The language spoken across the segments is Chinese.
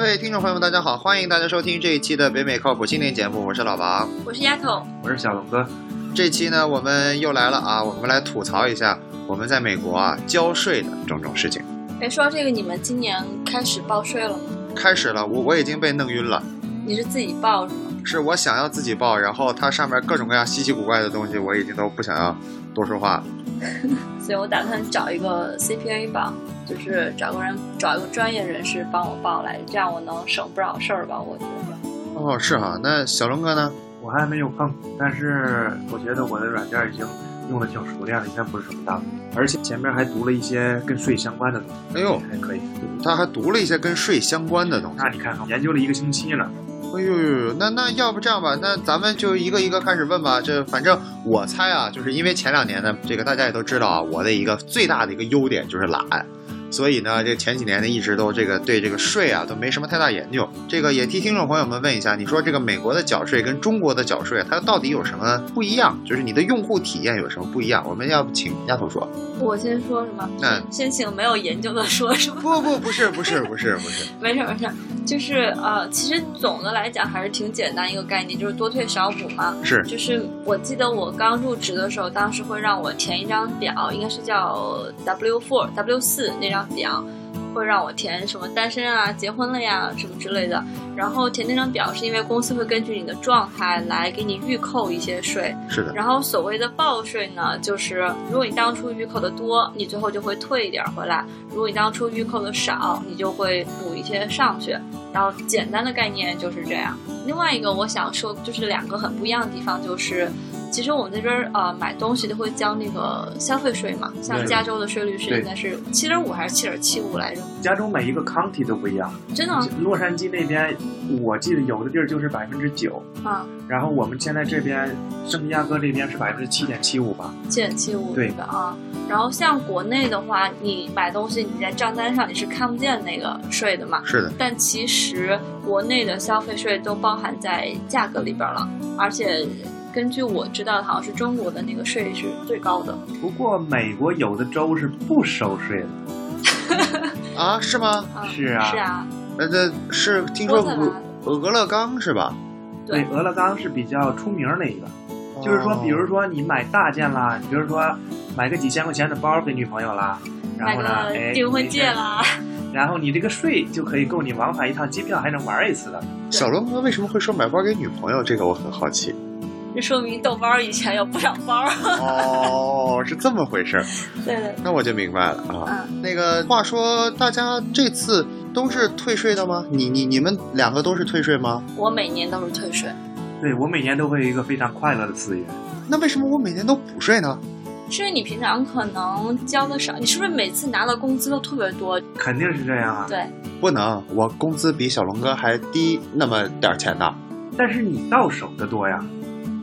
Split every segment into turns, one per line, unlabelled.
位听众朋友们，大家好，欢迎大家收听这一期的北美靠谱心灵节目，我是老王。
我是丫头，
我是小龙哥，
这期呢，我们又来了啊，我们来吐槽一下我们在美国啊交税的种种事情。
哎，说到这个，你们今年开始报税了吗？
开始了，我我已经被弄晕了，
你是自己报是吗？
是我想要自己报，然后它上面各种各样稀奇古怪的东西，我已经都不想要多说话了。
所以我打算找一个 CPA 报，就是找个人找一个专业人士帮我报来，这样我能省不少事儿吧？我觉得。
哦，是哈、那小龙哥呢？
我还没有碰，但是我觉得我的软件已经用的挺熟练了，应该不是什么大问题。而且前面还读了一些跟税相关的东西，
哎呦，
还可以。
他还读了一些跟税相关的东西。
那你看看，研究了一个星期呢。
哎呦呦呦，那那要不这样吧，那咱们就一个一个开始问吧。这反正我猜啊，就是因为前两年呢，这个大家也都知道啊，我的一个最大的一个优点就是懒，所以呢，这前几年呢一直都这个对这个税啊都没什么太大研究。这个也替听众朋友们问一下，你说这个美国的缴税跟中国的缴税，它到底有什么不一样？就是你的用户体验有什么不一样？我们要不请丫头说？
我先说什么？
那
先请没有研究的说什么？
不不不是不是不是不是，
没事儿没事儿，就是呃，其实总的来讲还是挺简单一个概念，就是多退少补嘛。
是
就是我记得我刚入职的时候，当时会让我填一张表，应该是叫 W four W 四那张表，会让我填什么单身啊、结婚了呀什么之类的。然后填那张表是因为公司会根据你的状态来给你预扣一些税。
是的，
然后所谓的报税呢，就是如果你当初预扣的多，你最后就会退一点儿回来；如果你当初预扣的少，你就会补一些上去。然后简单的概念就是这样。另外一个我想说，就是两个很不一样的地方，就是其实我们这边儿呃买东西都会交那个消费税嘛，像
对
加州的税率是
对
应该是七点五还是七点七五来着？
加州每一个 county 都不一样，
真的吗
洛杉矶那边我记得有的地儿就是百分之九，
啊，
然后我们现在这边圣地亚哥这边是百分之七点七五吧，
七点七五
对
那个啊。然后像国内的话，你买东西你在账单上你是看不见那个税的嘛，
是的，
但其实国内的消费税都包含在价格里边了，而且根据我知道，好像是中国的那个税是最高的。
不过美国有的州是不收税的。
啊，是吗？
啊
是啊
是啊，
那这是听说
波特兰
俄俄勒冈是吧？
对
对，俄勒冈是比较出名儿的一个。
哦
就是说，比如说你买大件啦，你比如说买个几千块钱的包给女朋友啦，然
买
后呢，哎
个，订婚戒
了，
啦，
然后你这个税就可以够你往返一趟机票，还能玩一次的。
小龙哥为什么会说买包给女朋友？这个我很好奇。
这说明豆包以前有不少 包。
哦，是这么回事儿，
对对，
那我就明白了啊。
嗯，
那个话说，大家这次都是退税的吗？你你你们两个都是退税吗？
我每年都是退税，
对我每年都会有一个非常快乐的四月，
那为什么我每年都补税呢？
是因为你平常可能交的少，你是不是每次拿的工资都特别多？
肯定是这样啊。
对，
不能，我工资比小龙哥还低那么点儿钱呢，
但是你到手的多呀，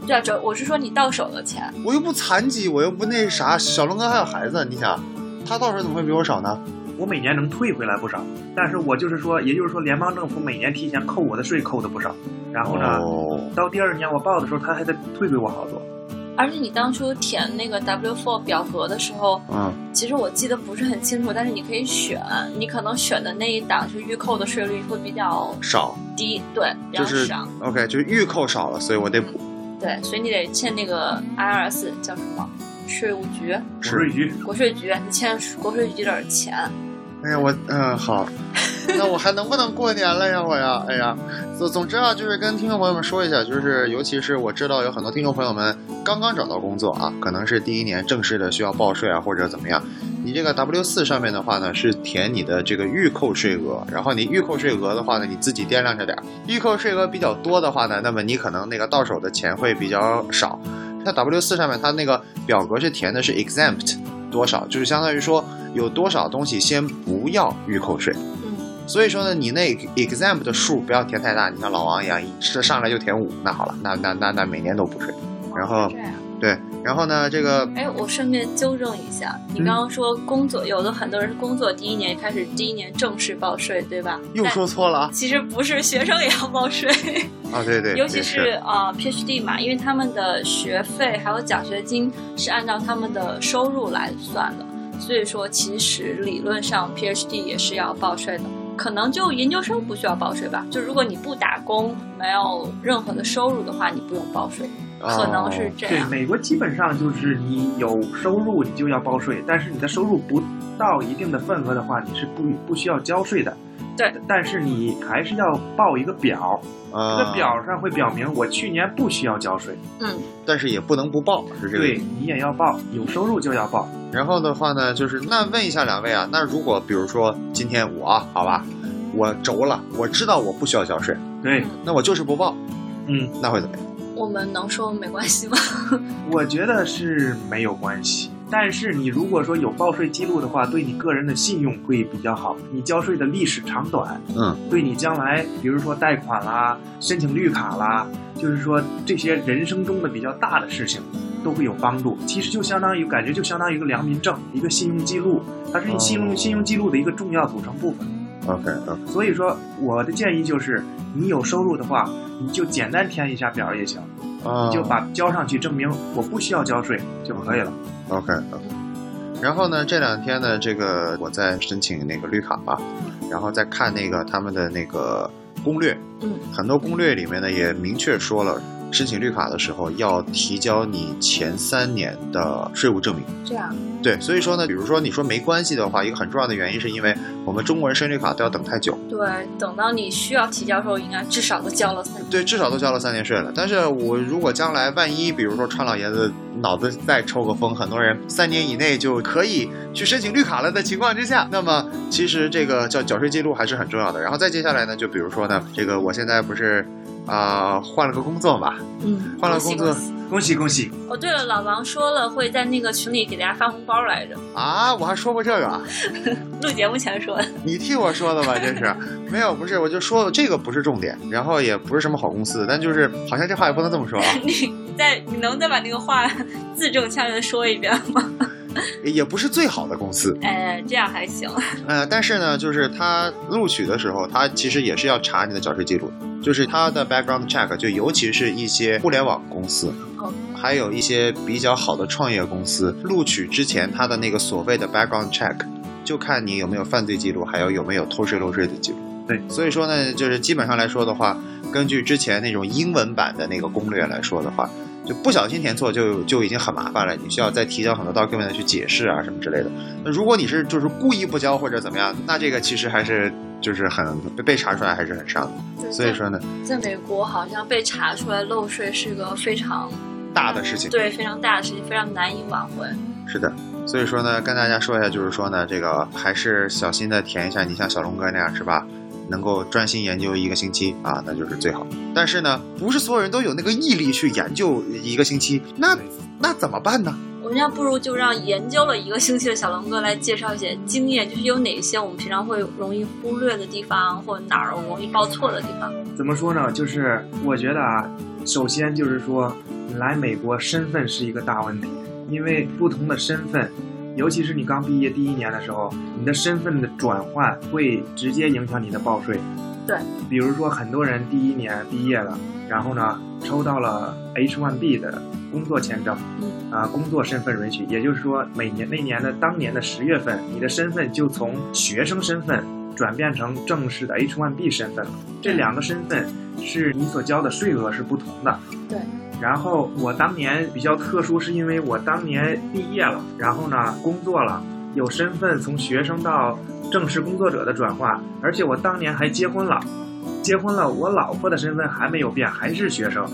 对啊，这我是说你到手的钱。
我又不残疾，我又不那啥，小龙哥还有孩子，你想，他到时候怎么会比我少呢？
我每年能退回来不少。但是我就是说，也就是说，联邦政府每年提前扣我的税扣的不少，然后呢，
哦，
到第二年我报的时候，他还得退给我好多。
而且你当初填那个 W four 表格的时候，
嗯，
其实我记得不是很清楚，但是你可以选，你可能选的那一档是预扣的税率会比较
少
低，对，比较
就是
少，
，OK，就是预扣少了，所以我得补。
对，所以你得欠那个
啊
IRS 叫什么税务局、
是
国税局
国税局，你欠国税局点儿钱。
哎呀，我嗯好，那我还能不能过年了呀？我呀，哎呀，总总之啊，就是跟听众朋友们说一下，就是尤其是我知道有很多听众朋友们刚刚找到工作啊，可能是第一年正式的需要报税啊，或者怎么样。你这个 W 四上面的话呢，是填你的这个预扣税额，然后你预扣税额的话呢，你自己掂量着点儿。预扣税额比较多的话呢，那么你可能那个到手的钱会比较少。那 W 四上面它那个表格是填的是 exempt 多少，就是相当于说有多少东西先不要预扣税。
嗯，
所以说呢，你那 exempt 的数不要填太大，你像老王一样，一这上来就填五，那好了，那那那那每年都补税。然后
这样。
对，然后呢，这个
哎，我顺便纠正一下，你刚刚说工作，有的很多人是工作第一年开始，第一年正式报税，对吧？
又
但
说错了啊
其实不是，学生也要报税。
啊，对对，
尤其
也
是呃 PhD 嘛，因为他们的学费还有奖学金是按照他们的收入来算的，所以说其实理论上 PhD 也是要报税的。可能就研究生不需要报税吧。就如果你不打工，没有任何的收入的话，你不用报税，
哦
可能是这
对，啊
样。
美国基本上就是你有收入你就要报税，但是你的收入不到一定的份额的话，你是不不需要交税的。
对，
但是你还是要报一个表，这
啊，
个表上会表明我去年不需要交税，
但是也不能不报，是这个意
对
思。
你也要报，有收入就要报。
然后的话呢，就是那问一下两位啊，那如果比如说今天我啊，好吧，我轴了，我知道我不需要交税，
对，
那我就是不报，
嗯，
那会怎么样？
我们能说没关系吗？
我觉得是没有关系。但是你如果说有报税记录的话，对你个人的信用会比较好，你交税的历史长短，
嗯，
对你将来，比如说贷款啦、申请绿卡啦，就是说这些人生中的比较大的事情，都会有帮助。其实就相当于感觉就相当于一个良民证，一个信用记录，它是你信用、
哦
信用记录的一个重要组成部分。
OK OK，
所以说，我的建议就是，你有收入的话，你就简单填一下表也行，
啊，
你就把交上去，证明我不需要交税就可以了。
OK OK。然后呢，这两天呢，这个我在申请那个绿卡吧，然后再看那个他们的那个攻略，
嗯，
很多攻略里面呢也明确说了，申请绿卡的时候要提交你前三年的税务证明。
这样，
对，所以说呢，比如说你说没关系的话，一个很重要的原因是因为我们中国人申绿卡都要等太久，
对，等到你需要提交的时候，应该至少都交了三。
对，至少都交了三年税了。但是我如果将来万一，比如说川老爷子脑子再抽个风，很多人三年以内就可以去申请绿卡了的情况之下，那么其实这个叫缴税记录还是很重要的。然后再接下来呢，就比如说呢，这个我现在不是啊、换了个工作嘛，
嗯，
换了
恭喜
工作
恭喜
恭喜恭喜！
哦，对了，老王说了会在那个群里给大家发红包来着，
啊，我还说过这个啊，
录节目前说的。
你替我说的吧，这是没有不是，我就说这个不是重点，然后也不是什么好公司，但就是好像这话也不能这么说啊。
你再你能再把那个话字正腔圆的说一遍吗？
也不是最好的公司，
哎，这样还行。
呃，但是呢，就是他录取的时候，他其实也是要查你的缴税记录的，就是他的 background check，就尤其是一些互联网公司
哦，
还有一些比较好的创业公司，录取之前他的那个所谓的 background check，就看你有没有犯罪记录，还有有没有偷税漏税的记录。
对，
所以说呢，就是基本上来说的话，根据之前那种英文版的那个攻略来说的话，就不小心填错就就已经很麻烦了，你需要再提交很多 document 去解释啊什么之类的。那如果你是就是故意不交或者怎么样，那这个其实还是就是很被被查出来还是很伤的。所以说呢，
在，在美国好像被查出来漏税是个非常
大的事情
对非常大的事情，非常难以挽回。
是的。所以说呢，跟大家说一下，就是说呢，这个还是小心的填一下，你像小龙哥那样是吧？能够专心研究一个星期啊，那就是最好。但是呢，不是所有人都有那个毅力去研究一个星期，那那怎么办呢？
我们要不如就让研究了一个星期的小龙哥来介绍一些经验，就是有哪些我们平常会容易忽略的地方，或者哪儿容易报错的地方。
怎么说呢？就是我觉得啊，首先就是说，你来美国身份是一个大问题，因为不同的身份，尤其是你刚毕业第一年的时候，你的身份的转换会直接影响你的报税。
对，
比如说很多人第一年毕业了，然后呢抽到了 H-1B 的工作签证，
嗯
啊、工作身份允许，也就是说每年那年的当年的十月份，你的身份就从学生身份转变成正式的 H-1B 身份了。这两个身份是你所交的税额是不同的。
对。
然后我当年比较特殊，是因为我当年毕业了，然后呢工作了，有身份从学生到正式工作者的转化，而且我当年还结婚了。结婚了，我老婆的身份还没有变，还是学生，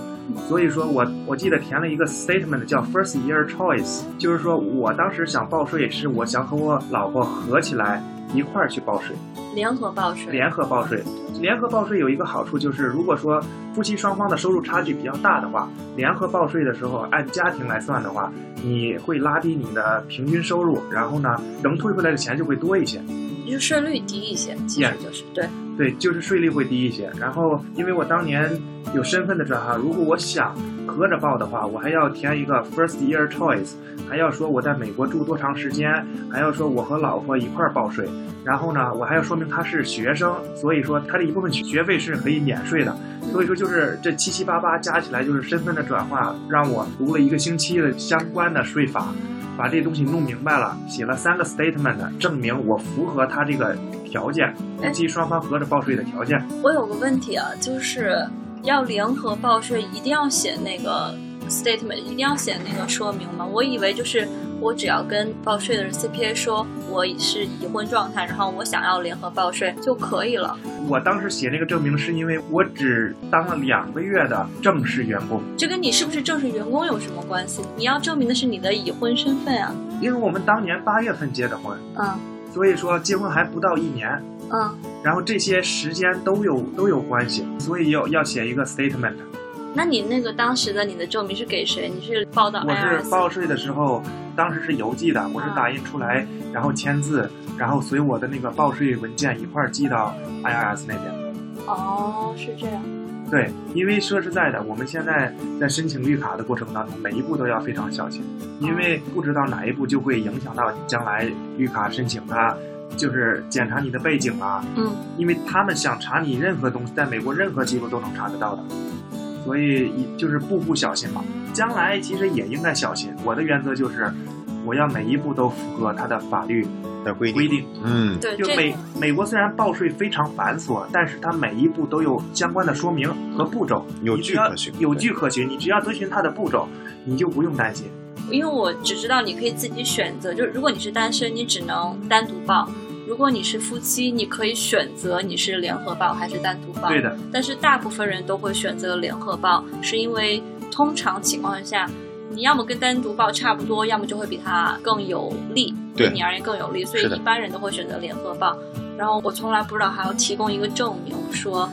所以说我我记得填了一个 statement 叫 first year choice，就是说我当时想报税，是我想和我老婆合起来一块儿去报税。
联合报税，
联合报税。联合报税有一个好处就是，如果说夫妻双方的收入差距比较大的话，联合报税的时候按家庭来算的话，你会拉低你的平均收入，然后呢，能退回来的钱就会多一些。
就是税率低一些，其实
Yeah
就是对。
对，就是税率会低一些。然后，因为我当年有身份的转化，如果我想合着报的话，我还要填一个 first year choice，还要说我在美国住多长时间，还要说我和老婆一块儿报税，然后呢，我还要说明他是学生，所以说他的一部分学费是可以免税的。所以说就是这七七八八加起来就是身份的转化，让我读了一个星期的相关的税法，把这东西弄明白了，写了三个 statement，证明我符合他这个条件，夫妻双方合着报税的条件。
我有个问题啊，就是要联合报税，一定要写那个 statement，一定要写那个说明吗？我以为就是我只要跟报税的人 CPA 说我是已婚状态，然后我想要联合报税就可以了。
我当时写这个证明是因为我只当了两个月的正式员工，
这跟你是不是正式员工有什么关系？你要证明的是你的已婚身份啊。
因为我们当年八月份结的婚，
嗯
所以说结婚还不到一年，
嗯，
然后这些时间都有都有关系，所以要要写一个 statement。
那你那个当时的你的证明是给谁？你是报到
我是
IRS？
报税的时候，当时是邮寄的，我是打印出来，然后签字，然后随我的那个报税文件一块儿寄到 IRS 那边。
哦，是这样。
对，因为说实在的，我们现在在申请绿卡的过程当中，每一步都要非常小心，因为不知道哪一步就会影响到你将来绿卡申请它，就是检查你的背景啊，
嗯，
因为他们想查你任何东西，在美国任何机构都能查得到的，所以一就是步步小心嘛。将来其实也应该小心。我的原则就是，我要每一步都符合它的法律
的规
规
定。
定。
嗯，
对，
就
这
美美国虽然报税非常繁琐，但是它每一步都有相关的说明和步骤，
有
你只
据
要
可循
有
对
据可循。你只要遵循它的步骤，你就不用担心。
因为我只知道你可以自己选择，就是如果你是单身，你只能单独报；如果你是夫妻，你可以选择你是联合报还是单独报。
对。的，
但是大部分人都会选择联合报，是因为通常情况下，你要么跟单独报差不多，要么就会比它更有利，
对
你而言更有利，所以
是的
一般人都会选择联合报。然后我从来不知道还要提供一个证明说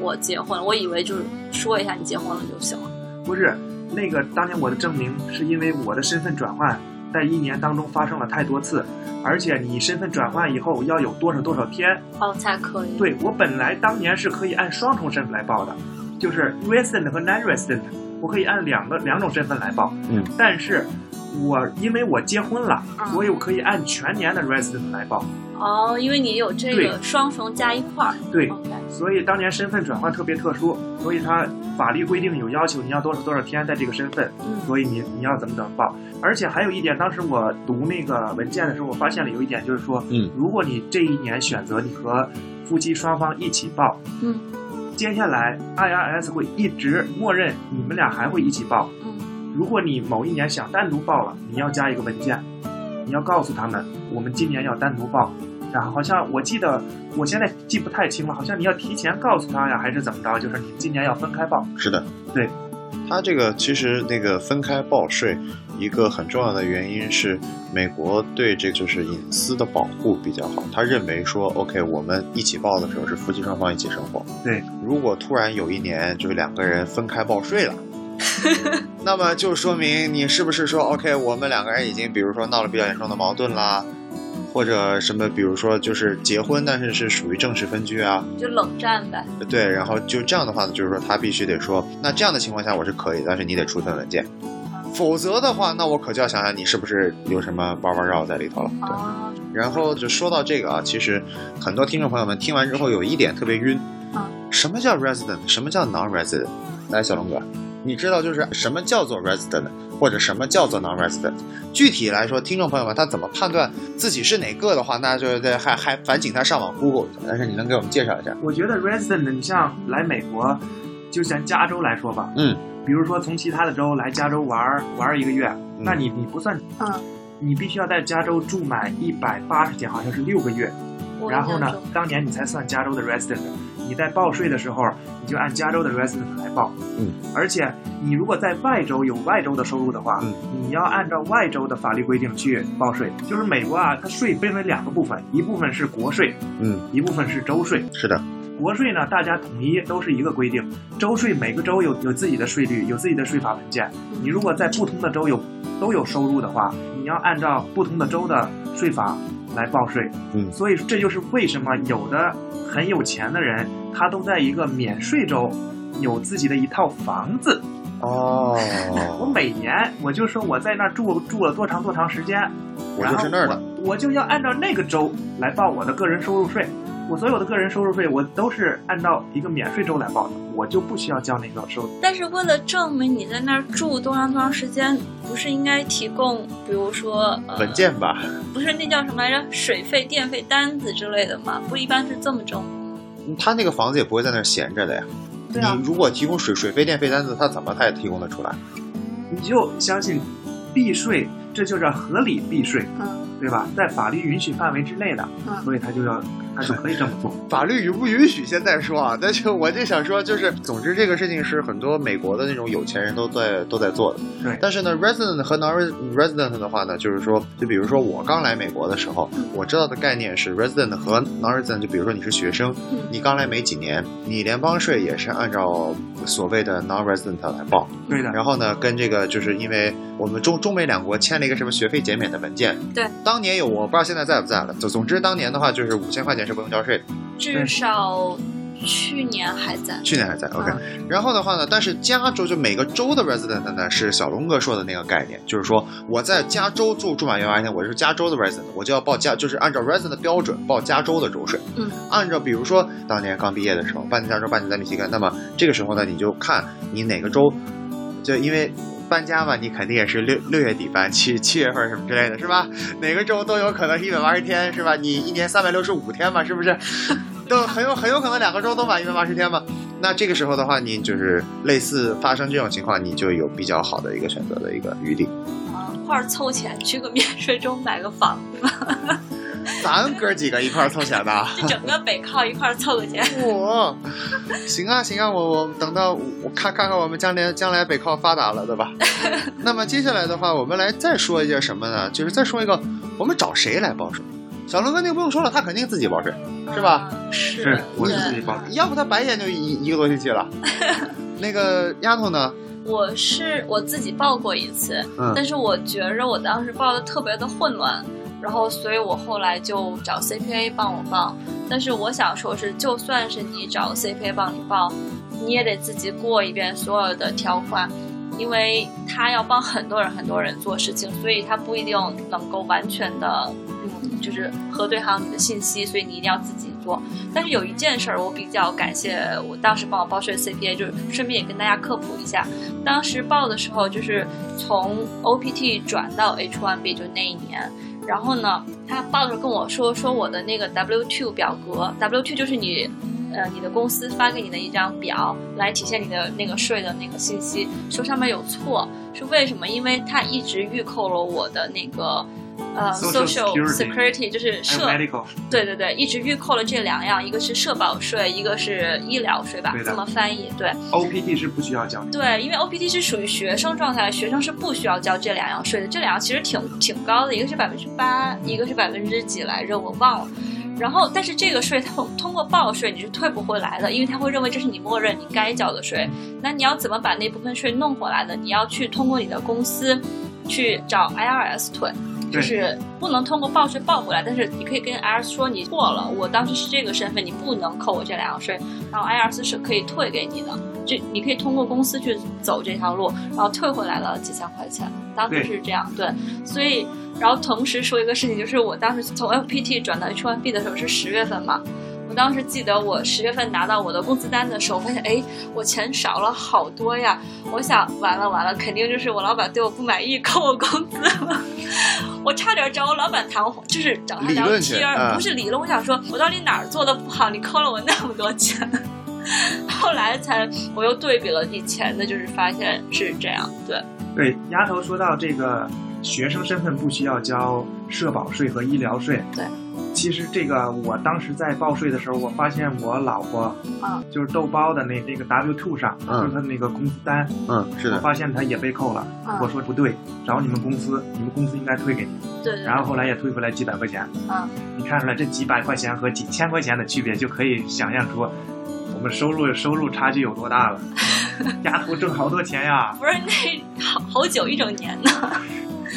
我结婚了，我以为就是说一下你结婚了就行了。
不是那个当年我的证明是因为我的身份转换在一年当中发生了太多次，而且你身份转换以后要有多少多少天
哦，才可以。
对我本来当年是可以按双重身份来报的，就是 resident 和 non-resident，我可以按两个两种身份来报。
嗯，
但是我因为我结婚了，
嗯
所以我可以按全年的 resident 来报。
哦，因为你有这个
对
双重加一块儿。
对，
OK，
所以当年身份转换特别特殊，所以它法律规定有要求你要多少多少天在这个身份，
嗯
所以你你要怎么怎么报。而且还有一点，当时我读那个文件的时候，我发现了有一点，就是说，
嗯，
如果你这一年选择你和夫妻双方一起报，
嗯，
接下来 IRS 会一直默认你们俩还会一起报。
嗯，
如果你某一年想单独报了，你要加一个文件，你要告诉他们，我们今年要单独报。然后好像我记得，我现在记不太清了，好像你要提前告诉他呀，还是怎么着？就是你今年要分开报。
是的，
对。
它这个其实那个分开报税，一个很重要的原因是美国对这就是隐私的保护比较好。他认为说，OK，我们一起报的时候是夫妻双方一起生活。
对，
如果突然有一年就是两个人分开报 税了。那么就说明你是不是说 OK，我们两个人已经比如说闹了比较严重的矛盾啦，或者什么，比如说就是结婚，但是是属于正式分居啊，
就冷战呗。
对，然后就这样的话呢，就是说他必须得说，那这样的情况下我是可以，但是你得出份文件，否则的话，那我可就要想想你是不是有什么弯弯绕在里头了。
哦，
然后就说到这个啊，其实很多听众朋友们听完之后有一点特别晕
嗯，
什么叫 resident，什么叫 non-resident？来，小龙哥，你知道就是什么叫做 resident，或者什么叫做 non-resident？具体来说，听众朋友们他怎么判断自己是哪个的话，那就得还还烦请他上网 Google 一下。但是你能给我们介绍一下？
我觉得 resident，你像来美国，就像加州来说吧，
嗯，
比如说从其他的州来加州玩儿玩儿一个月，那你你不算，
嗯，
你必须要在加州住满一百八十天，好像是六个月，
我
然后
印
呢
象中，
当年你才算加州的 resident。你在报税的时候，你就按加州的 resident 来报。
嗯，
而且你如果在外州有外州的收入的话，
嗯
你要按照外州的法律规定去报税。就是美国啊，它税分为两个部分，一部分是国税，
嗯，
一部分是州税。
是的，
国税呢，大家统一都是一个规定，州税每个州有有自己的税率，有自己的税法文件。你如果在不同的州有都有收入的话，你要按照不同的州的税法来报税。
嗯
所以这就是为什么有的很有钱的人，他都在一个免税州有自己的一套房子，
哦，
我每年我就说我在那儿住住了多长多长时间，
我就是那儿的。
我我就要按照那个州来报我的个人收入税。我所有的个人收入税，我都是按照一个免税州来报的，我就不需要交那个收入。
嗯但是为了证明你在那儿住多长多长时间，不是应该提供，比如说、呃、
文，件吧，
不是那叫什么来着，水费、电费单子之类的吗？不一般是这么挣吗？
他那个房子也不会在那儿闲着的呀。
对啊
你，如果提供水水费、电费单子，他怎么他也提供得出来？
你就相信避税，这就叫合理避税，
嗯
对吧？在法律允许范围之内的，
嗯，
所以他就要他就可以这么做。
法律允不允许现在说啊？但是我就想说，就是总之这个事情是很多美国的那种有钱人都在都在做的。
对
但是呢，resident 和 non-resident 的话呢，就是说，就比如说我刚来美国的时候，我知道的概念是 resident 和 non-resident，就比如说你是学生，
嗯
你刚来没几年，你联邦税也是按照所谓的 non-resident 来报。
对
嗯
的，
然后呢，跟这个就是因为我们中中美两国签了一个什么学费减免的文件，
对，
当年有，我不知道现在在不在了。总总之当年的话，就是五千块钱是不用交税的，
至少去年还在。
去年还
嗯
在 OK。然后的话呢，但是加州就每个州的 resident 呢是小龙哥说的那个概念，就是说我在加州住住满一万天，我是加州的 resident，我就要报加，就是按照 resident 的标准报加州的州税。
嗯，
按照比如说当年刚毕业的时候，搬去加州，搬去在密西根，那么这个时候呢，你就看你哪个州，就因为。搬家嘛，你肯定也是六六月底搬， 七七月份什么之类的，是吧？哪个州都有可能一百八十天，是吧？你一年三百六十五天嘛，是不是？ 都很有很有可能两个州都满一百八十天嘛。那这个时候的话，你就是类似发生这种情况，你就有比较好的一个选择的一个余地。
啊，一块儿凑钱去个免税州买个房子，
咱哥几个一块儿凑钱的，
就整个北靠一块儿凑个钱。
我 行啊行啊，我我等到我看看看我们将来将来北靠发达了，对吧？那么接下来的话，我们来再说一件什么呢？就是再说一个，我们找谁来报税？小龙哥那个不用说了，他肯定自己报税，是吧？
嗯？是
是
对
我自己报的。
要不他白研究一一个多星期了。那个丫头呢？
我是我自己报过一次，
嗯
但是我觉着我当时报的特别的混乱，然后所以我后来就找 CPA 帮我报。但是我想说是，就算是你找 CPA 帮你报，你也得自己过一遍所有的条款，因为他要帮很多人很多人做事情，所以他不一定能够完全的，嗯，就是核对好你的信息，所以你一定要自己做。但是有一件事儿，我比较感谢我当时帮我报税的 CPA，就是顺便也跟大家科普一下，当时报的时候就是从 OPT 转到 H1B 就那一年。然后呢，他报的时候跟我说，说我的那个 W2 表格，W2 就是你，呃，你的公司发给你的一张表，来体现你的那个税的那个信息，说上面有错，是为什么？因为他一直预扣了我的那个，呃
Social Security
Security，就是
还有
社
medical，
对对对，一直预扣了这两样，一个是社保税，一个是医疗税吧
对，的
这么翻译。对
OPT 是不需要交的。
对，因为 OPT 是属于学生状态，学生是不需要交这两样税的。这两样其实挺挺高的，一个是百分之八，一个是百分之几来着，我忘了。然后，但是这个税它通过报税你是退不回来的，因为他会认为这是你默认你该交的税。那你要怎么把那部分税弄回来呢？你要去通过你的公司去找 IRS 退。就
对
是不能通过报税报回来，但是你可以跟 IRS 说你错了，我当时是这个身份，你不能扣我这两样税，然后 IRS 是可以退给你的，这你可以通过公司去走这条路，然后退回来了几千块钱，当时
对
是这样，对，所以然后同时说一个事情，就是我当时从 FPT 转到 H1B 的时候是十月份嘛，我当时记得我十月份拿到我的工资单的时候，发现哎，我钱少了好多呀！我想完了完了，肯定就是我老板对我不满意，扣我工资了。 我差点找我老板谈，就是找他
理
聊
论去
天儿，
嗯
不是理论。我想说，我到底哪儿做的不好？你扣了我那么多钱。 后来才我又对比了以前的，就是发现是这样，对，
对，丫头说到这个学生身份不需要交社保税和医疗税。
对。
其实这个我当时在报税的时候，我发现我老婆，
嗯，
就是豆包的那那个 W two 上，
嗯
就是她那个工资单，
嗯，是
我
的，
发现她也被扣了。
嗯
我说不对，找你们公司，你们公司应该退给你。
对对
然后后来也退回来几百块钱。
嗯，
你看出来这几百块钱和几千块钱的区别，就可以想象出我们收入收入差距有 多大了。丫头挣好多钱呀！
不是那好好久一整年呢，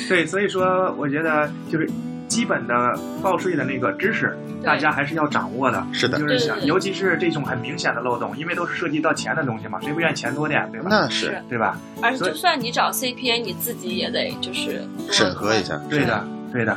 对，所以说我觉得就是基本的报税的那个知识，大家还是要掌握的。
是的，
就是
对对
想，
对
尤其是这种很明显的漏洞，因为都是涉及到钱的东西嘛，谁不愿意钱多点，对吧？
那是
是
对吧？
而且
所以
就算你找 CPA，你自己也得就是
审核一。下。
对的，对的，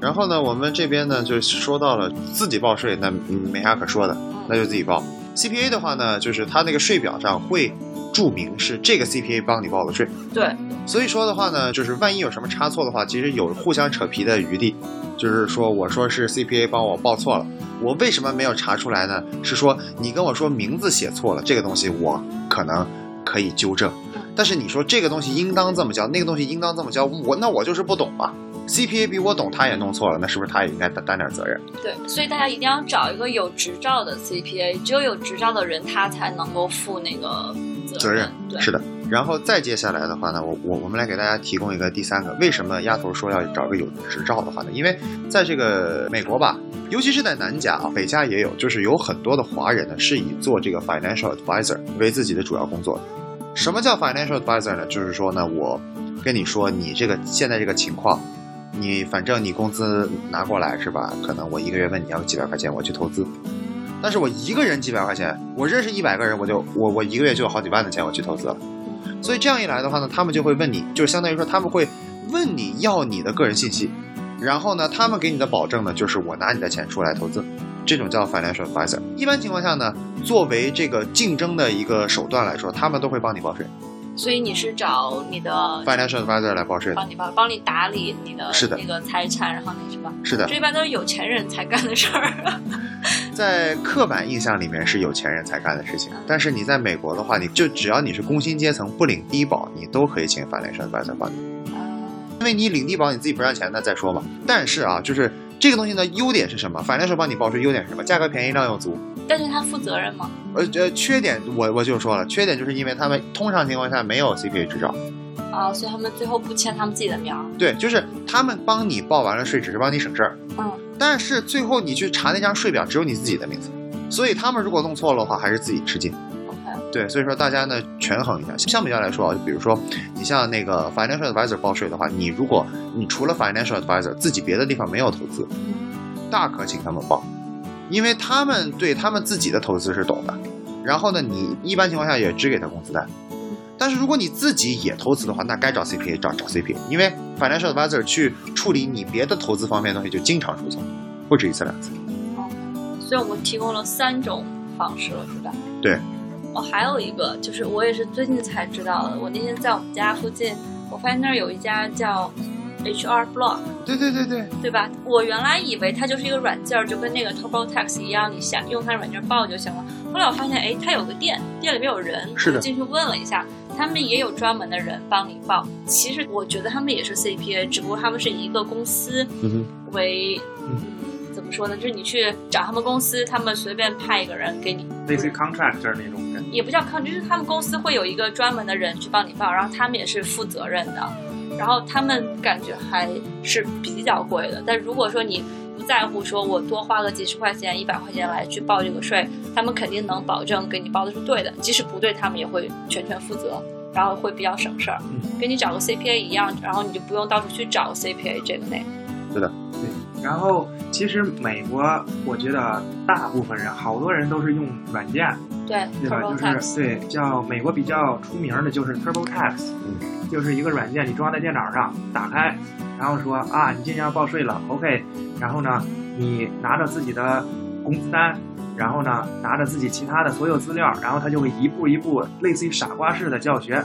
然后呢，我们这边呢就说到了自己报税，那嗯没啥可说的，
嗯
那就自己报。CPA 的话呢，就是它那个税表上会注明是这个 CPA 帮你报的税，
对，
所以说的话呢，就是万一有什么差错的话，其实有互相扯皮的余地。就是说，我说是 CPA 帮我报错了，我为什么没有查出来呢？是说你跟我说名字写错了，这个东西我可能可以纠正
嗯，
但是你说这个东西应当这么交，那个东西应当这么交，我那我就是不懂嘛。CPA 比我懂，他也弄错了，那是不是他也应该担担点责任？
对，所以大家一定要找一个有执照的 CPA，只有有执照的人，他才能够负那个
责任
对，
是的。然后再接下来的话呢，我我我们来给大家提供一个第三个，为什么丫头说要找个有执照的话呢？因为在这个美国吧，尤其是在南加啊，北加也有，就是有很多的华人呢是以做这个 financial advisor 为自己的主要工作的。什么叫 financial advisor 呢？就是说呢，我跟你说，你这个现在这个情况，你反正你工资拿过来是吧？可能我一个月问你要几百块钱，我去投资。但是我一个人几百块钱，我认识一百个人，我就我我一个月就有好几万的钱，我去投资了。所以这样一来的话呢，他们就会问你，就是相当于说他们会问你要你的个人信息，然后呢，他们给你的保证呢，就是我拿你的钱出来投资，这种叫 financial advisor。一般情况下呢，作为这个竞争的一个手段来说，他们都会帮你报税
所以你是找你的
，financial advisor 来报税的。
帮你帮帮你打理你的
是的
那个财产，然后那什么，
是的
这，一般都是有钱人才干的事儿。
在刻板印象里面是有钱人才干的事情，但是你在美国的话，你就只要你是工薪阶层，不领低保，你都可以请 financial advisor 帮你。
呃
因为你领低保你自己不赚钱，那再说嘛。但是啊，就是这个东西呢，优点是什么？反正是帮你报税，优点是什么？价格便宜，量又足。
但是他负责任吗？
呃呃，缺点我我就说了，缺点就是因为他们通常情况下没有 CPA 执照，
啊，所以他们最后不签他们自己的名儿。
对，就是他们帮你报完了税，只是帮你省事儿，
嗯，
但是最后你去查那张税表，只有你自己的名字，所以他们如果弄错了的话，还是自己吃惊。
OK
对，所以说大家呢权衡一下。相比较来说啊，就比如说你像那个 financial advisor 报税的话，你如果你除了 financial advisor 自己别的地方没有投资，大可请他们报，因为他们对他们自己的投资是懂的。然后呢，你一般情况下也只给他工资单。但是如果你自己也投资的话，那该找 CPA 找找 CPA，因为 financial advisor 去处理你别的投资方面的东西就经常出错，不止一次两次。
所以我们提供了三种方式了，是吧？
对。
我、还有一个，就是我也是最近才知道的。我那天在我们家附近，我发现那儿有一家叫 HR Block，
对对对对，
对吧？我原来以为它就是一个软件儿，就跟那个 TurboTax 一样，你想用它软件儿报就行了。后来我发现，哎，它有个店，店里面有人，
是
我
的
就进去问了一下，他们也有专门的人帮你报。其实我觉得他们也是 CPA，只不过他们是一个公司
嗯哼。
为，
嗯
嗯，怎么说呢？就是你去找他们公司，他们随便派一个人给你，
类似于 contractor 那种感觉。
也不叫抗，就是他们公司会有一个专门的人去帮你报，然后他们也是负责任的，然后他们感觉还是比较贵的。但如果说你不在乎，说我多花个几十块钱、一百块钱来去报这个税，他们肯定能保证给你报的是对的，即使不对，他们也会全权负责。然后会比较省事儿，
嗯
跟你找个 CPA 一样，然后你就不用到处去找 CPA 这个那个。
然后其实美国，我觉得大部分人，好多人都是用软件，
对
对吧？就
TurboTax，
是对，叫美国比较出名的就是 TurboTax，
嗯
就是一个软件，你装在电脑上，打开，然后说啊，你今年要报税了，OK，然后呢，你拿着自己的工资单。然后呢，拿着自己其他的所有资料，然后他就会一步一步，类似于傻瓜式的教学。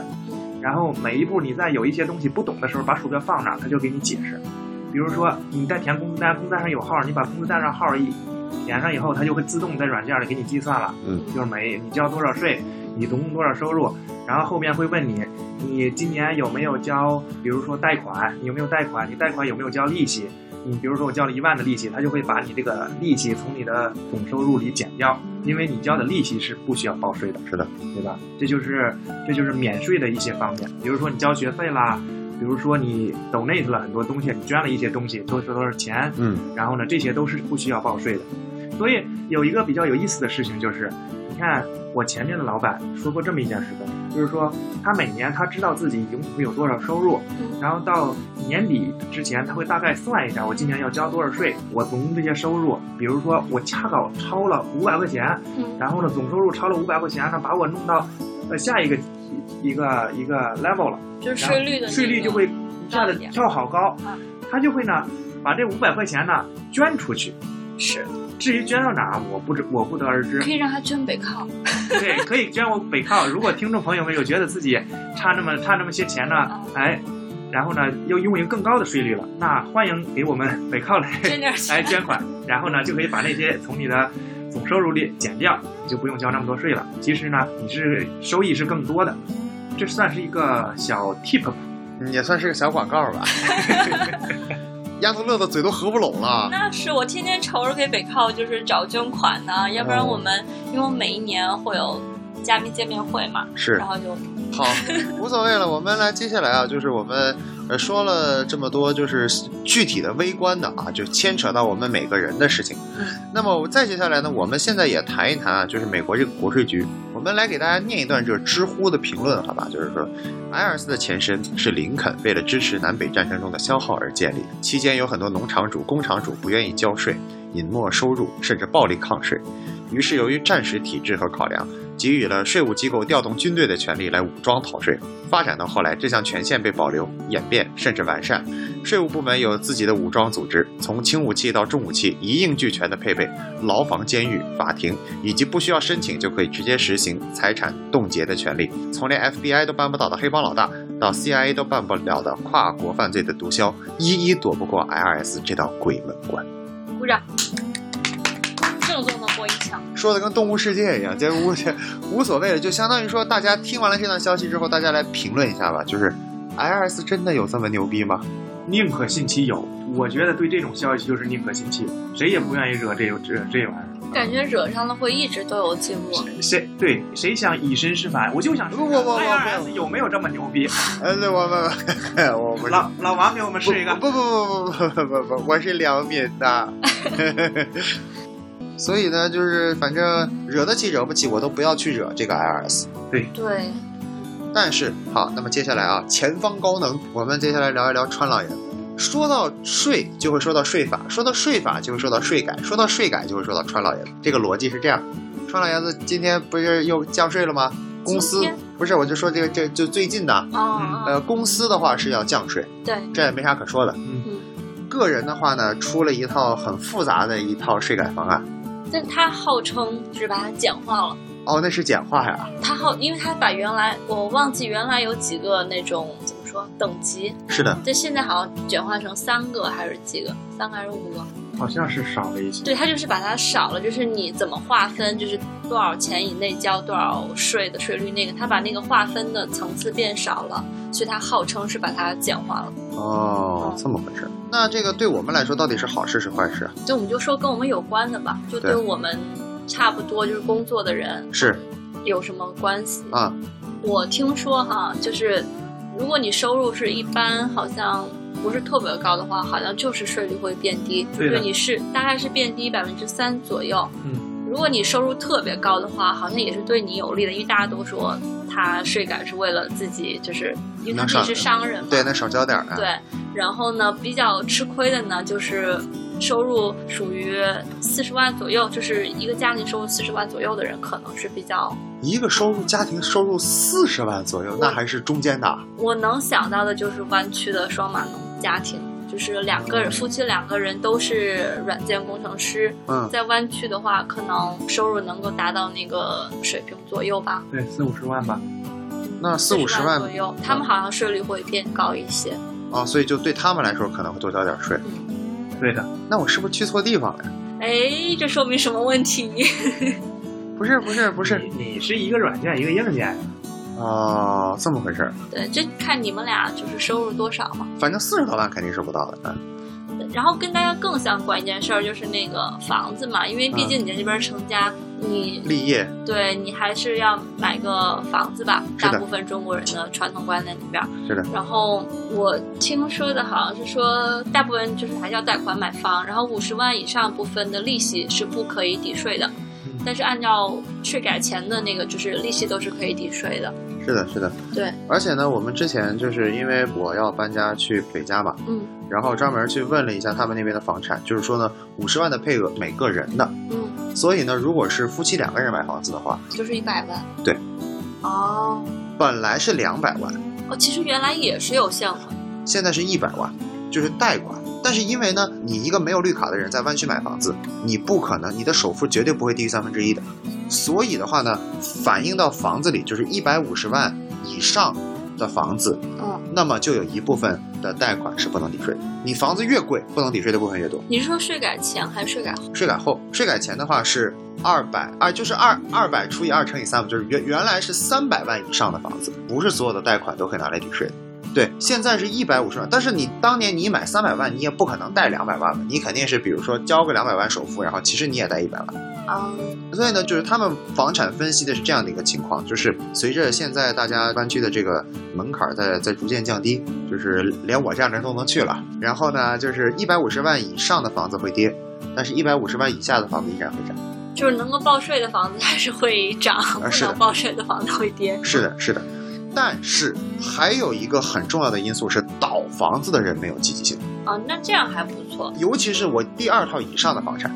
然后每一步你在有一些东西不懂的时候，把鼠标放那儿，他就给你解释。比如说你在填工资单，工资单上有号，你把工资单上号一填上以后，它就会自动在软件里给你计算了。
嗯
就是每你交多少税，你总共多少收入，然后后面会问你，你今年有没有交，比如说贷款，你有没有贷款，你贷款有没有交利息？你比如说我交了一万的利息，他就会把你这个利息从你的总收入里减掉，因为你交的利息是不需要报税的，
是的，
对吧？这就是这就是免税的一些方面，比如说你交学费啦，比如说你 donate 了很多东西，你捐了一些东西，都是都是钱，
嗯，
然后呢，这些都是不需要报税的。所以有一个比较有意思的事情就是，你看我前面的老板说过这么一件事情，就是说他每年他知道自己一共会有多少收入，然后到年底之前他会大概算一下我今年要交多少税，我总共这些收入，比如说我恰好超了五百块钱，
嗯
然后呢总收入超了五百块钱呢，把我弄到呃下一个一个一个 level 了。
就是税率的那个
税率就会一下
高
子
一点
跳好高
嗯，
他就会呢把这五百块钱呢捐出去。
是
至于捐到哪儿，我不知我不得 而知
可。以让他捐北靠，
对，可以捐我北靠。如果听众朋友们有觉得自己差那么差那么些钱
啊
呢，哎，然后呢又拥有更高的税率了，那欢迎给我们北靠来
捐点钱
来捐款，然后呢就可以把那些从你的总收入里减掉，你就不用交那么多税了。其实呢，你是收益是更多的，这算是一个小 tip 吧。
嗯也算是个小广告吧。丫头乐的嘴都合不拢了。
那是我天天愁着给北靠，就是找捐款呢、要不
哦
然我们、因为我每一年会有嘉宾见面会嘛，
是
然后就
好，无所谓了。我们来接下来啊，就是我们呃说了这么多，就是具体的微观的啊，就牵扯到我们每个人的事情。
嗯
那么再接下来呢，我们现在也谈一谈啊，就是美国这个国税局，我们来给大家念一段这知乎的评论，好吧？就是说，IRS 的前身是林肯为了支持南北战争中的消耗而建立，期间有很多农场主、工厂主不愿意交税，隐没收入，甚至暴力抗税。于是，由于战时体制和考量，给予了税务机构调动军队的权利来武装逃税。发展到后来，这项权限被保留、演变甚至完善。税务部门有自己的武装组织，从轻武器到重武器一应俱全的配备，牢房、监狱、法庭，以及不需要申请就可以直接实行财产冻结的权利。从连 FBI 都办不到的黑帮老大，到 CIA 都办不了的跨国犯罪的毒枭，一一躲不过 IRS 这道鬼门关。
鼓掌，郑重的过一枪。
说的跟动物世界一样，这无这无所谓了，就相当于说大家听完了这段消息之后，大家来评论一下吧，就是 IRS 真的有这么牛逼吗？
宁可信其有。我觉得对这种消息就是宁可信其有，谁也不愿意惹这这这玩意
感觉惹上了会一直都有记录，
儿。谁对谁想以身试法？我就想知道
不不不不
IRS 有没有这么牛逼？
呃，对我我我不是
老老王 给我们试一个。
不不不不不不不不，我是良民的。 所以呢，就是反正惹得起惹不起，我都不要去惹这个 IRS。
对，
但是好，那么接下来啊，前方高能，我们接下来聊一聊川老爷。说到税，就会说到税法；说到税法，就会说到税改；说到税改，就会说到川老爷子。这个逻辑是这样：川老爷子今天不是又降税了吗？公司
今天
不是，我就说这个这就最近的啊，
嗯
哦，
呃，公司的话是要降税，
对，
这也没啥可说的。
嗯
个人的话呢，出了一套很复杂的一套税改方案。
但他号称只把它简化了。
哦，那是简化呀，
他号，因为他把原来我忘记原来有几个那种怎么说等级，
是的，
但现在好像简化成三个还是几个，三个还是五个？
好像是少了一些。
对，他就是把它少了，就是你怎么划分，就是多少钱以内交多少税的税率那个，他把那个划分的层次变少了，所以他号称是把它简化了。
哦，这么回事。那这个对我们来说到底是好事是坏事啊？
就我们就说跟我们有关的吧，就对
对
我们差不多就是工作的人
是
有什么关系？
啊，
我听说哈，就是如果你收入是一般，好像不是特别高的话，好像就是税率会变低，就
对的
是你是大概是变低百分之三左右。
嗯，
如果你收入特别高的话，好像也是对你有利的，因为大家都说他税改是为了自己，就是因为他
能
自
少
己是商人嘛，
对，那少交点儿啊。，
对，然后呢，比较吃亏的呢就是收入属于四十万左右，就是一个家庭收入四十万左右的人，可能是比较
一个收入家庭收入四十万左右，那还是中间的啊。
我能想到的就是湾区的双码农家庭，就是两个人夫妻两个人都是软件工程师，
嗯，
在湾区的话，可能收入能够达到那个水平左右吧，
对，四五十万吧。
那四五十
40
万
左右，他们好像税率会变高一些。
啊，所以就对他们来说可能会多交点税。
嗯，
对的，
那我是不是去错地方了呀？
哎，这说明什么问 题？
不是不是不
不
是
你，你是一个软件，一个硬件。
啊，这么回事儿。
对，这看你们俩就是收入多少嘛。
反正四十多万肯定是不到的。嗯
对然后跟大家更相关一件事儿就是那个房子嘛，因为毕竟你在这边成家，你
立业，
对你还是要买个房子吧，
是的
大部分中国人的传统观念里边儿。
是的。
然后我听说的好像是说，大部分就是还是要贷款买房，然后五十万以上部分的利息是不可以抵税的，
嗯
但是按照税改前的那个，就是利息都是可以抵税的。
是的，是的，
对。
而且呢，我们之前就是因为我要搬家去北加嘛，
嗯
然后专门去问了一下他们那边的房产，就是说呢，五十万的配额每个人的，
嗯，
所以呢，如果是夫妻两个人买房子的话，
就是一百万。
对。
哦
本来是两百万，
哦，其实原来也是有限款。
现在是一百万，就是贷款。但是因为呢，你一个没有绿卡的人在湾区买房子，你不可能，你的首付绝对不会低于三分之一的。所以的话呢，反映到房子里就是一百五十万以上的房子，
嗯，
那么就有一部分的贷款是不能抵税。你房子越贵，不能抵税的部分越多。
你是说税改前还是税改后？
税改后，税改前的话是二百二，就是二二百除以二乘以三嘛，就是原原来是三百万以上的房子，不是所有的贷款都可以拿来抵税的。对，现在是一百五十万，但是你当年你买三百万，你也不可能贷两百万吧？你肯定是比如说交个两百万首付，然后其实你也贷一百万。
啊、
所以呢，就是他们房产分析的是这样的一个情况，就是随着现在大家湾区的这个门槛儿在在逐渐降低，就是连我这样的人都能去了。然后呢，就是一百五十万以上的房子会跌，但是一百五十万以下的房子依然会涨。
就是能够报税的房子还是会涨，不
啊是的
能报税的房子会跌。
是的，是的。但是还有一个很重要的因素是，倒房子的人没有积极性。
啊、那这样还不错。
尤其是我第二套以上的房产，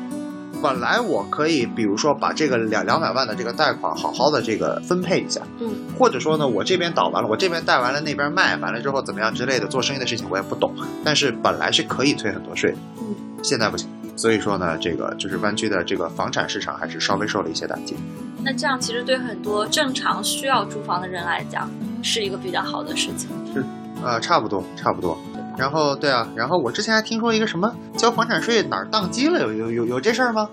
本来我可以，比如说把这个两两百万的这个贷款好好的这个分配一下，
嗯，
或者说呢，我这边倒完了，我这边贷完了，那边卖完了之后怎么样之类的，做生意的事情我也不懂，但是本来是可以退很多税的，
嗯，
现在不行，所以说呢，这个就是湾区的这个房产市场还是稍微受了一些打击，
那这样其实对很多正常需要住房的人来讲，是一个比较好的事情。
呃，差不多，差不多。然后对啊，然后我之前还听说一个什么交房产税哪儿宕机了，有有有有这事儿吗？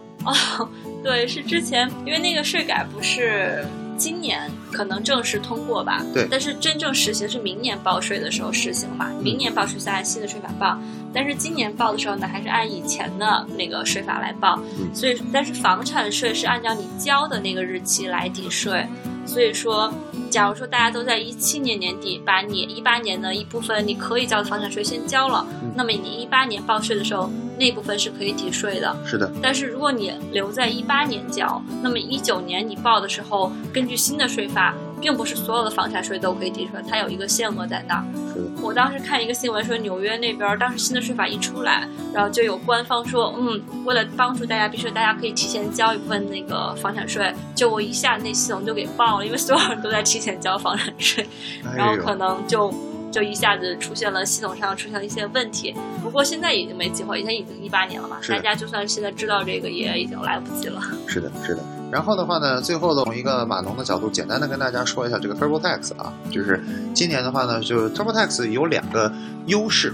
对，是之前因为那个税改不是今年可能正式通过吧？
对嗯
但是真正实行是明年报税的时候实行嘛？明年报税是按新的税法报，但是今年报的时候呢，还是按以前的那个税法来报。
嗯
所以，但是房产税是按照你交的那个日期来抵税。所以说，假如说大家都在一七年年底把你一八年的一部分你可以交的房产税先交了，
嗯
那么你一八年报税的时候，那部分是可以抵税的。
是的，
但是如果你留在一八年交，那么一九年你报的时候，根据新的税法，并不是所有的房产税都可以抵税，它有一个限额在那儿。
是的。
我当时看一个新闻说，纽约那边儿当时新的税法一出来，然后就有官方说，嗯，为了帮助大家避税，大家可以提前交一部分那个房产税。就我一下那系统就给爆了，因为所有人都在提前交房产税。然
哎
后
呦。
可能就就一下子出现了系统上出现了一些问题。不过现在已经没机会，现在已经一八年了嘛，
是的
大家就算现在知道这个也已经来不及了。
是的，是的。然后的话呢，最后的从一个码农的角度，简单的跟大家说一下这个 TurboTax 啊，就是今年的话呢，就 TurboTax 有两个优势。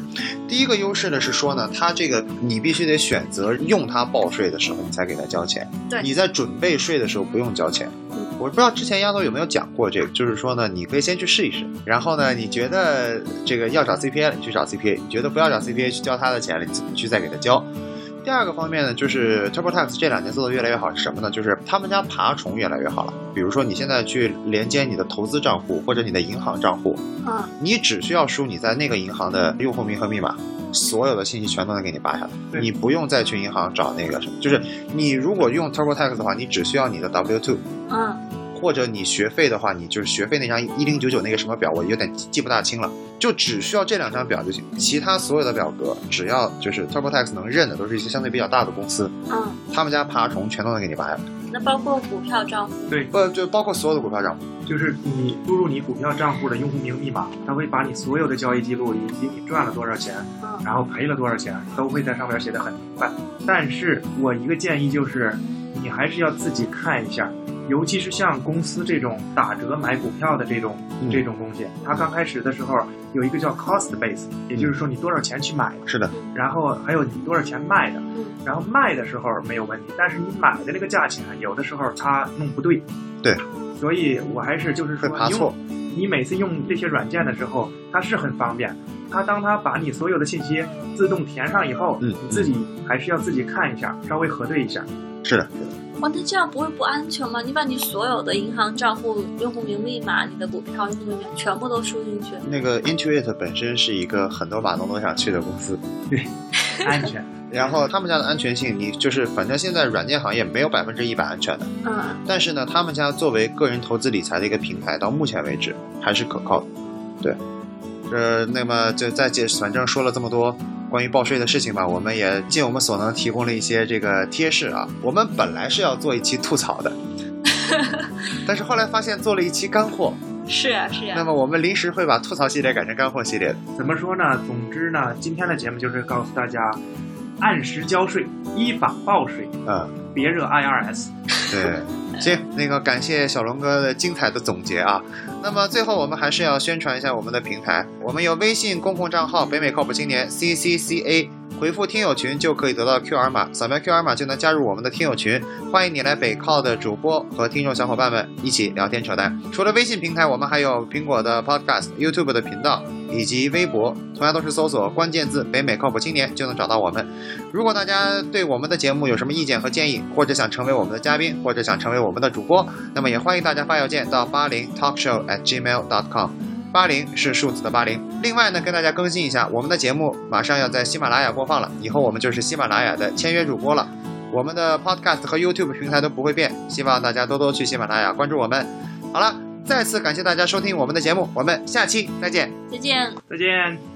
第一个优势呢是说呢，它这个你必须得选择用它报税的时候，你才给它交钱。
对
你在准备税的时候不用交钱。我不知道之前丫头有没有讲过这个，就是说呢，你可以先去试一试，然后呢，你觉得这个要找 CPA 了，你去找 CPA；你觉得不要找 CPA 去交他的钱了，你自己去再给他交。第二个方面呢，就是 TurboTax 这两年做的越来越好是什么呢？就是他们家爬虫越来越好了。比如说你现在去连接你的投资账户或者你的银行账户，
嗯，
你只需要输你在那个银行的用户名和密码，所有的信息全都能给你扒下来，
对
你不用再去银行找那个什么。就是你如果用 TurboTax 的话，你只需要你的 W2，
嗯，
或者你学费的话，你就是学费那张一零九九那个什么表，我有点记不大清了，就只需要这两张表就行，其他所有的表格只要就是 TurboTax 能认的，都是一些相对比较大的公司，
嗯，
他们家爬虫全都能给你扒下来，
那包括股票账户，
不就包括所有的股票账户。
就是你输入你股票账户的用户名密码，它会把你所有的交易记录以及你赚了多少钱，
嗯
然后赔了多少钱，都会在上面写的很明白。但是我一个建议就是，你还是要自己看一下，尤其是像公司这种打折买股票的这种、
嗯
这种东西，它刚开始的时候有一个叫 cost base，也就是说你多少钱去买，
是的，
然后还有你多少钱卖的，
嗯
然后卖的时候没有问题，但是你买的这个价钱有的时候它弄不对，
对，
所以我还是就是说
会爬
你用
错
你每次用这些软件的时候，它是很方便，它当它把你所有的信息自动填上以后，
嗯
你自己还是要自己看一下，稍微核对 一下。
是的，
哇，那这样不会不安全吗？你把你所有的银行账户、用户名密码、你的股票用户名全部都输进去，
那个 Intuit 本身是一个很多码农都想去的公司，
安全。
然后他们家的安全性，你就是反正现在软件行业没有百分之一百安全的，
嗯，
但是呢，他们家作为个人投资理财的一个平台，到目前为止还是可靠的。对，呃，那么就再解，反正说了这么多关于报税的事情吧，我们也尽我们所能提供了一些这个贴士啊。我们本来是要做一期吐槽的， 但是后来发现做了一期干货，
是呀、是呀、啊
那么我们临时会把吐槽系列改成干货系列的。
怎么说呢？总之呢，今天的节目就是告诉大家，按时交税，依法报税，
嗯，
别惹 IRS。
对。行，那个感谢小龙哥的精彩的总结啊。那么最后我们还是要宣传一下我们的平台，我们有微信公共账号“北美靠谱青年 ”CCCA，回复听友群就可以得到 QR 码，扫描 QR 码就能加入我们的听友群。欢迎你来北靠的主播和听众小伙伴们一起聊天扯淡。除了微信平台，我们还有苹果的 Podcast、YouTube 的频道以及微博，同样都是搜索关键字“北美靠谱青年”就能找到我们。如果大家对我们的节目有什么意见和建议，或者想成为我们的嘉宾，或者想成为我们的主播，那么也欢迎大家发邮件到八零 talkshow at gmail dot com。八零是数字的八零。另外呢，跟大家更新一下，我们的节目马上要在喜马拉雅播放了，以后我们就是喜马拉雅的签约主播了。我们的 Podcast 和 YouTube 平台都不会变，希望大家多多去喜马拉雅关注我们。好了，再次感谢大家收听我们的节目，我们下期再见。
再见。
再见。